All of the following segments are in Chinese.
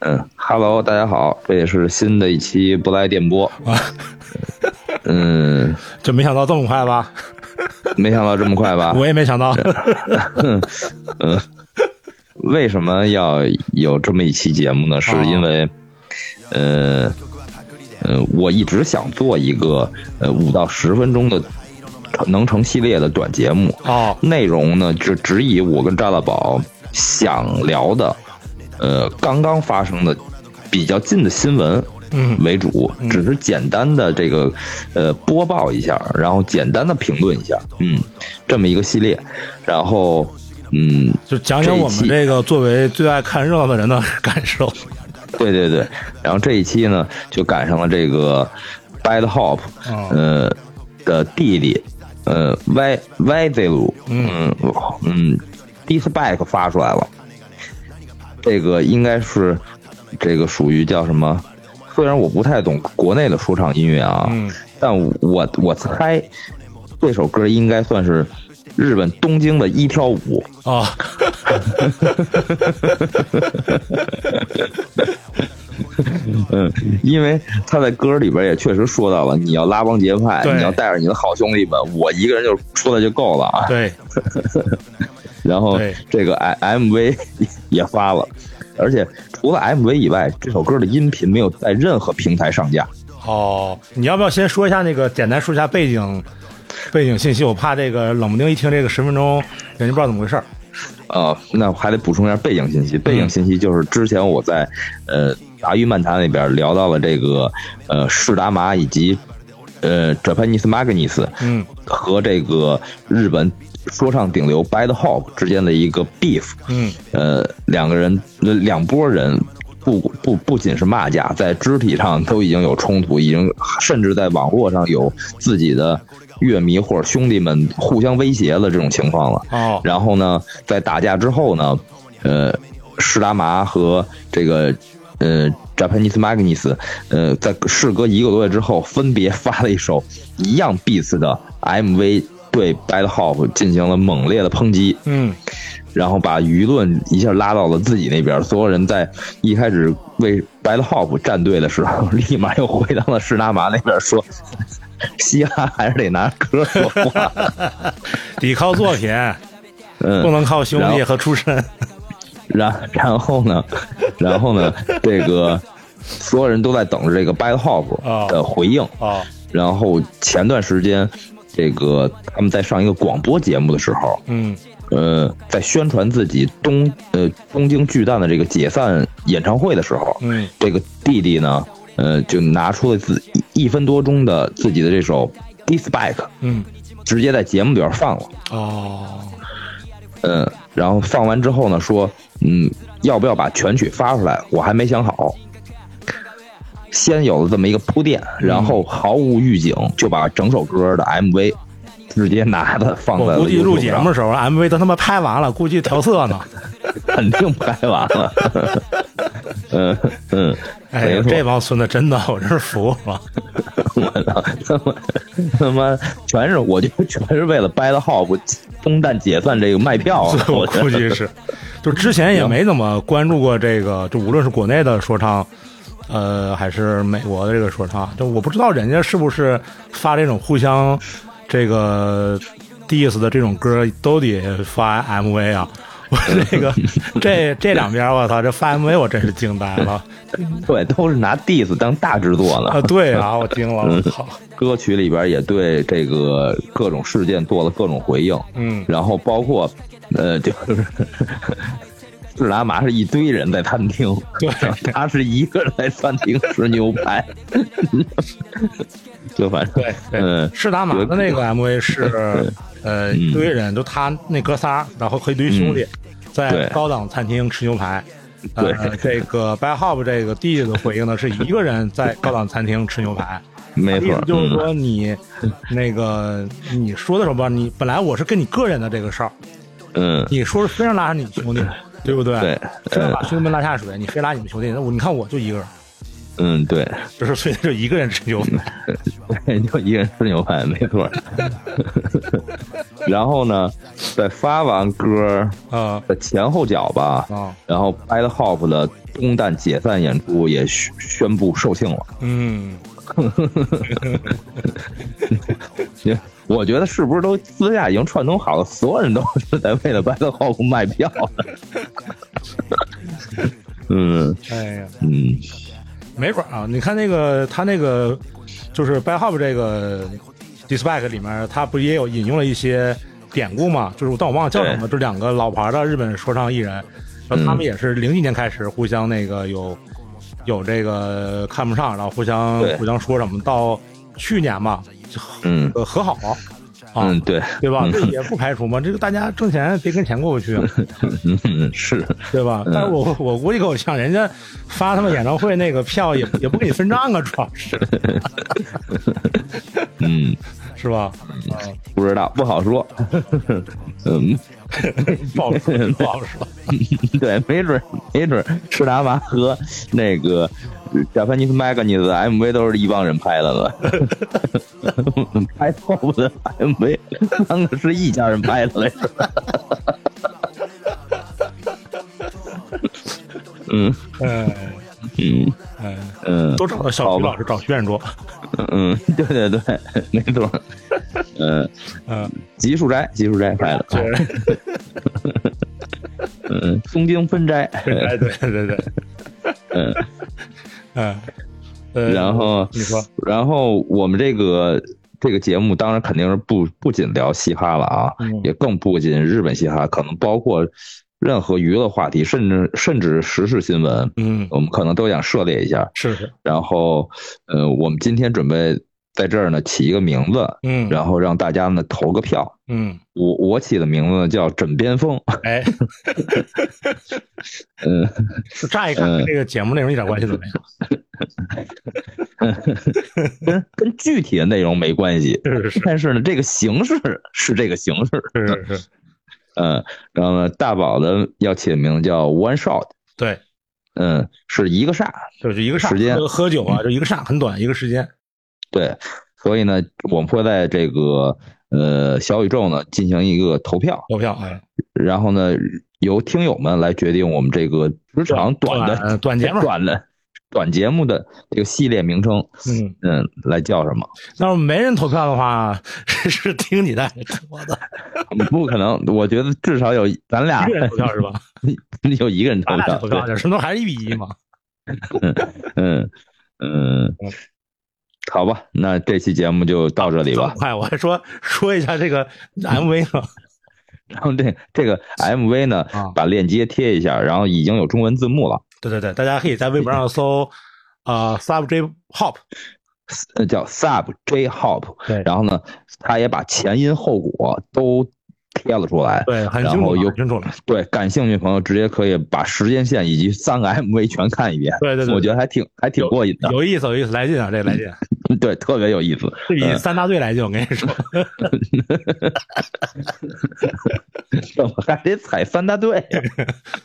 嗯，Hello，大家好，这也是新的一期不来电波。嗯，这没想到这么快吧？没想到这么快吧？ 我也没想到。嗯，为什么要有这么一期节目呢？是因为，呃，呃，我一直想做一个呃五到十分钟的能成系列的短节目，哦，内容呢就只以我跟扎大宝想聊的，呃，刚刚发生的比较近的新闻。嗯为主，只是简单的这个呃播报一下，然后简单的评论一下，嗯，这么一个系列，然后嗯，就讲讲我们这个作为最爱看热闹的人的感受。对对对，然后这一期呢就赶上了这个 Bad Hop，呃的弟弟，呃 Y Y Z 鲁，嗯嗯，Disback 发出来了，这个应该是这个属于叫什么？虽然我不太懂国内的说唱音乐啊，嗯但我我猜这首歌应该算是日本东京的一挑五，哦，嗯，因为他在歌里边也确实说到了，你要拉帮结派，对你要带着你的好兄弟们，我一个人就出来就够了啊。对，然后对这个 M MV 也发了，而且除了 MV 以外，这首歌的音频没有在任何平台上架。哦，你要不要先说一下那个，简单说一下背景背景信息？我怕这个冷不丁一听这个十分钟，人家不知道怎么回事儿。呃，那我还得补充一下背景信息。背嗯景信息就是之前我在呃达渝漫谈那边聊到了这个呃士达麻以及呃 Japanese Magnus，嗯，和这个日本说唱顶流 Bad Hog 之间的一个 beef，嗯，呃，两个人呃两拨人。不不不仅是骂架，在肢体上都已经有冲突，已经甚至在网络上有自己的乐迷或者兄弟们互相威胁的这种情况了。哦，然后呢，在打架之后呢，呃，施达麻和这个呃 Japanese Magnus，呃，在事隔一个多月之后，分别发了一首一样 beats 的 MV，对 Bad Hop 进行了猛烈的抨击。嗯，然后把舆论一下拉到了自己那边，所有人在一开始为白的 Hop 站队的时候， 立马又回到了施纳麻那边说， 嘻哈还是得拿歌说话。得靠作品，嗯，不能靠兄然弟后和出身。然然后呢，然后呢，这个所有人都在等着这个 Bad Hop 的回应。哦，然后前段时间，这个他们在上一个广播节目的时候，嗯，呃，在宣传自己东呃东京巨蛋的这个解散演唱会的时候，嗯，这个弟弟呢，呃，就拿出了自一一分多钟的自己的这首 Dispatch，嗯，直接在节目里边放了。哦，嗯，然后放完之后呢，说，嗯，要不要把全曲发出来？我还没想好。先有了这么一个铺垫，然后毫无预警就把整首歌的 MV 直接拿的放在我了估计录 YouTube 节上目的时候，MV 啊都他妈拍完了，估计调色呢。肯定拍完了。嗯嗯，哎没呦，错这帮孙子真的，我真是服啊 了。我操，他妈他妈全是，我觉得全是为了掰了号不中弹解散这个卖票啊，我觉得估计是，就之前也没怎么关注过这个，就无论是国内的说唱，呃，还是美国的这个说唱，就我不知道人家是不是发这种互相这个 diss 的这种歌都得发 MV 啊。 我这 个这这两边，我操，这发 MV 我真是惊呆了对，都是拿 diss 当大制作呢。啊！对啊，我惊了，我操，歌曲里边也对这个各种事件做了各种回应，嗯然后包括呃，就是智达麻是一堆人在餐厅，对 他是一个人在餐厅吃牛排，就反正对嗯对，是打马的那个 MV 是呃嗯一堆人，就他那哥仨，然后和一堆兄弟对在高档餐厅吃牛排。对呃，这个 By Hop 这个弟弟的回应呢，是一个人在高档餐厅吃牛排。 没意错思，就是嗯说你 那个你说的时候吧，你本来我是跟你个人的这个事儿，嗯，你说是非让拉上你兄弟，对不对？对非要把嗯兄弟们拉下水，你非拉你们兄弟，那我你看我就一个人，嗯，对，就是所以就一个人吃牛排。就一个人吃牛排，没错。 然后呢，在发完歌啊的前后脚吧，啊，然后 Bad Hop 的东旦解散演出也宣宣布售罄了。嗯，我觉得是不是都私下已经串通好了，所有人都是在为了 Bad Hop 卖票的？嗯哎呀，嗯，没法啊！你看那个他那个就是 By Hop 这个 Dispatch 里面，他不也有引用了一些典故嘛？就是我但我忘了叫什么，对就是两个老牌的日本说唱艺人，然后他们也嗯是零几年开始互相那个有有这个看不上，然后互相对互相说什么，到去年吧，就嗯呃和好了啊，嗯，对，对吧？嗯这也不排除嘛，这个大家挣钱别跟钱过不去啊。嗯嗯是，对吧？但是我我估计够呛，人家发他们演唱会那个票也也不给你分账啊，主要是 嗯， 是吧？啊，不知道，不好说。 嗯， 不好说，不好说。对，没准儿没准儿赤达麻和那个 Japanese Magazine 的 MV 都是一帮人拍的呢。 拍 Top 的 MV 三个是一家人拍的来着。嗯嗯 嗯嗯，嗯，都找小好徐吧老师找徐远卓。嗯， 对对对，没错儿。嗯，嗯，吉树斋，吉树斋拍的。对，嗯，东京分斋。哎，对 对对， 嗯，嗯呃，然后你说，然后我们这个这个节目，当然肯定是不不仅聊嘻哈了啊，嗯也更不仅日本嘻哈，可能包括任何娱乐话题，甚至甚至时事新闻，嗯，我们可能都想涉猎一下。是是，然后，呃，我们今天准备在这儿呢起一个名字，嗯然后让大家呢投个票。嗯，我我起的名字呢叫枕边风，哎，嗯， 乍一看跟嗯这个节目内容一点关系都没有。跟跟具体的内容没关系，是是但是呢，这个形式是这个形式，是是是是，嗯，然后呢，大宝的要起的名字叫 One Shot，对，嗯，是一个煞，就是一个上时间喝喝酒啊，就一个上很短，一个时间。对，所以呢，我们会在这个呃小宇宙呢进行一个投票，投 票哎，然后呢由听友们来决定我们这个职场短的短短节目 短的短节目的这个系列名称，嗯。嗯，来叫什么？ 要是没人投票的话，是是听你 的，我的不可能，我觉得至少有咱俩一个人投票是吧？ 有一个人投咱俩票，就投票对去，什么都还是一比一嘛。嗯嗯，好吧，那这期节目就到这里这么吧。快，我还说说一下这个 MV 呢。然后这这个 MV 呢啊，把链接贴一下，然后已经有中文字幕了，对对对，大家可以在微博上搜啊 Sub J Hop，呃叫 Sub J Hop。对然后呢，他也把前因后果都贴了出来。对，很清然楚后了，又啊很清楚了。对，感兴趣的朋友直接可以把时间线以及三个 MV 全看一遍。对对对我觉得还挺还挺过瘾的，有意思，有意思，来劲啊，这来劲， 对，特别有意思。这比三大队来劲，我跟你说，怎么还得踩三大队？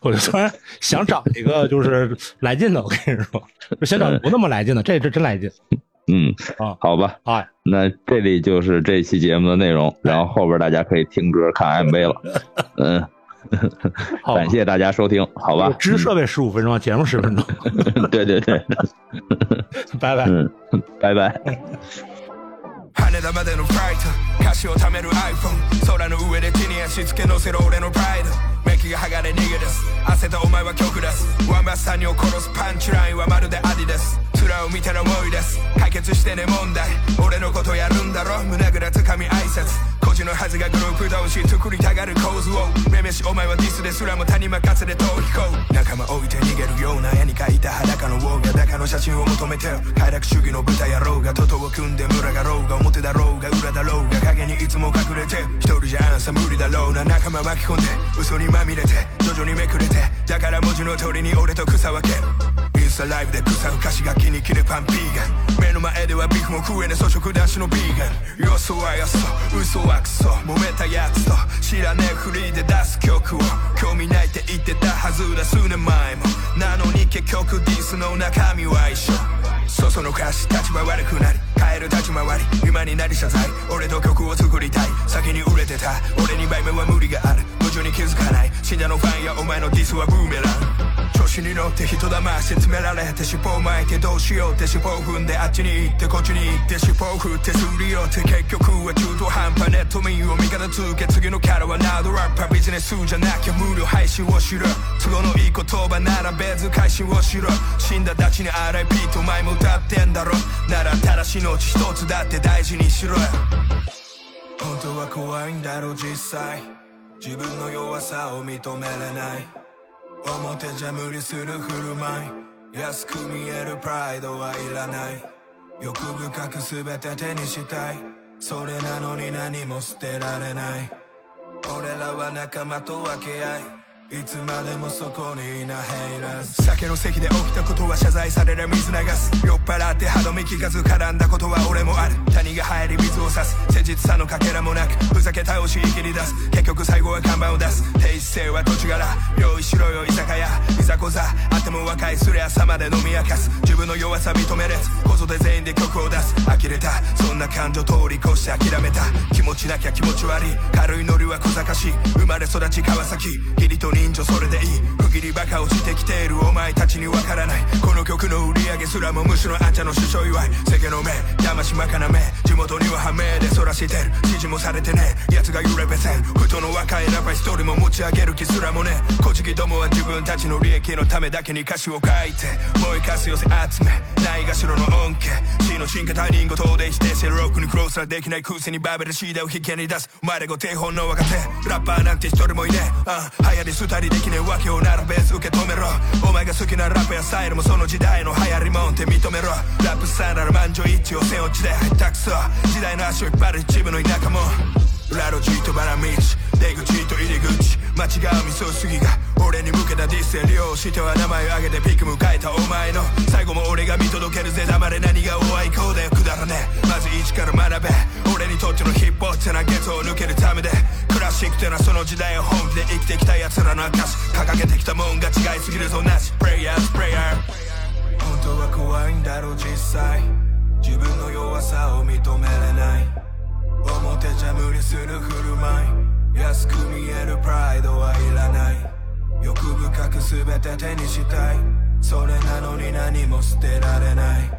我就突然想找一个就是来劲的，我跟你说，就想找不那么来劲的，这这真来劲嗯，啊！好吧，哎，那这里就是这期节目的内容，然后后边大家可以听歌看 MV 了。嗯， 好吧感谢大家收听，好 吧？只是设备十五分钟，节目十分钟，嗯对对对，拜拜。嗯，拜拜。羽田までのフライト歌詞を貯める iPhone 空の上で手に足つけ乗せる俺のプライドメキが剥がれ逃げ出す焦ったお前は曲出すワンバスさんにを殺すパンチラインはまるでアディダス面を見たら思い出す解決してね問題俺のことやるんだろ胸ぐらつかみ挨拶個人のはずがグループ同士作りたがる構図をめめしお前はディスですらも他に任せで逃避行仲間置いて逃げるような絵に描いた裸のウォーが中の写真を求めて快楽主義の豚野郎がトトを組んで群がろうが表だろうが裏だろうが影にいつも隠れて一人じゃアンサ無理だろうな仲間巻き込んで嘘にまみれて徐々にめくれてだから文字の通りに俺と草分けインスタライブで草う歌詞が気に切れパンピーガン目の前ではビーフも食えねえ粗食男子のビーガンよそはよそ嘘はクソ揉めたやつと知らねえフリーで出す曲を興味ないって言ってたはずだ数年前もなのに結局ディスの中身は一緒そそのかし立場悪くなり変える立ち回り今になり謝罪俺と曲を作りたい先に売れてた俺に売名は無理がある無情に気づかない信者のファンやお前のディスはブーメラン調子に乗って人だまして詰められて尻尾を巻いてどうしようって尻尾を踏んであっちに行ってこっちに行って尻尾を振ってすり寄って結局は中途半端ネット民を味方続け次のキャラはナードラッパービジネスじゃなきゃ無料配信をしろ都合のいい言葉並べず返信をしろ死んだたちに RIP と前も歌ってんだろなら正しいのうち一つだって大事にしろよ本当は怖いんだろ実際自分の弱さを認めれない表じゃ無理する振る舞い安く見えるプライドはいらない欲深く全て手にしたいそれなのに何も捨てられない俺らは仲間と分け合いいつまでもそこにいなヘイラス酒の席で起きたことは謝罪される水流す酔っ払って歯止め聞かず絡んだことは俺もある谷が入り水を差す誠実さのかけらもなくふざけ倒し生きり出す結局最後は看板を出す低姿勢は土地柄用意しろよ居酒屋いざこざあっても若いすりゃ朝まで飲み明かす自分の弱さ認めれずこぞで全員で曲を出す呆れたそんな感情通り越して諦めた気持ちなきゃ気持ち悪い軽いノリは小賢しい生まれ育ち川崎義理と人情それでいい区切りバカ落ちてきているお前たちにわからないこの曲の売り上げすらもむしろあんちゃんの師匠祝い世間の目騙しまかな目地元には破名でそらしてる指示もされてね奴が揺れべせんふとの若いラパ一人も持ち上げる気すらもね栃木どもは自分たちの利益のためだけに歌詞を書いて燃えかす寄せ集めないがしろの恩恵地の進化他人事で否定してロックにクロスはできないくせにバベルシーダを引きに出す生まれご定本の若手ラッパーなんて一人もいねえ、うん、流行りすたりできねえわけをならべず受け止めろお前が好きなラップやスタイルもその時代の流行りもんって認めろラップさなら満場一致を背落ちで下手くそ時代の足を引っ張る一部の田舎も裏路地とバラ道出口と入り口間違う味噌すぎが俺に向けたディス利用しては名前を挙げてピーク迎えたお前の最後も俺が見届けるぜ黙れ何がお愛好でくだらねえまず一から学べ俺にとってのヒップホップってなゲトを抜けるためでクラシックってなその時代を本気で生きてきた奴らの証掲げてきたもんが違いすぎるぞなしプレイヤーズプレイヤー本当は怖いんだろう実際自分の弱さを認めれない表じゃ無理する振る舞い安く見えるプライドはいらない欲深く全て手にしたいそれなのに何も捨てられない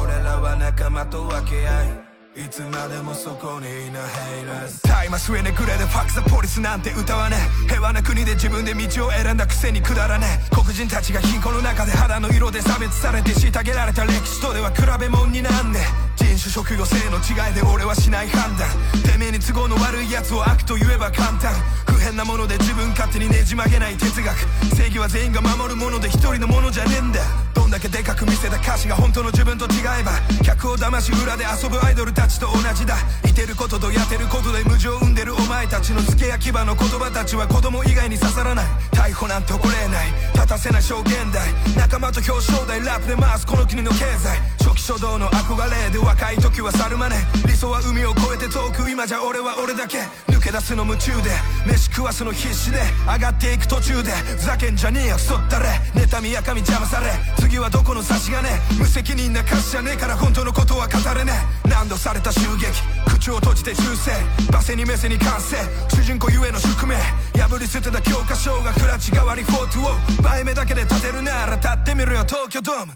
俺らは仲間と分け合いいつまでもそこにいなヘイラスタイマス上ねくれでファクザポリスなんて歌わねえ平和な国で自分で道を選んだくせにくだらねえ黒人たちが貧困の中で肌の色で差別されて虐げられた歴史とでは比べ物になんねえ人種職業性の違いで俺はしない判断てめえに都合の悪いやつを悪と言えば簡単不変なもので自分勝手にねじ曲げない哲学正義は全員が守るもので一人のものじゃねえんだどんだけでかく見せた歌詞が本当の自分と違えば客を騙し裏で遊ぶアイドルたちと同じだいてることとやってることで無情を生んでるお前たちの付け焼き場の言葉たちは子供以外に刺さらない逮捕なんて起これない立たせない証言台仲間と表彰台ラップで回すこの国の経済初期初動の憧れで若い時は猿まね理想は海を越えて遠く今じゃ俺は俺だけ抜け出すの夢中で飯食わすの必死で上がっていく途中でふざけんじゃねえよクソったれ妬みやかみ邪魔され次はどこの差しがね無責任な歌詞じゃねえから本当のことは語れねえ何度された襲撃口を閉じて修正バセに目線に完成主人公ゆえの宿命破り捨てた教科書がクラッチ代わりフォートを倍目だけで立てるなら立ってみろよ東京ドーム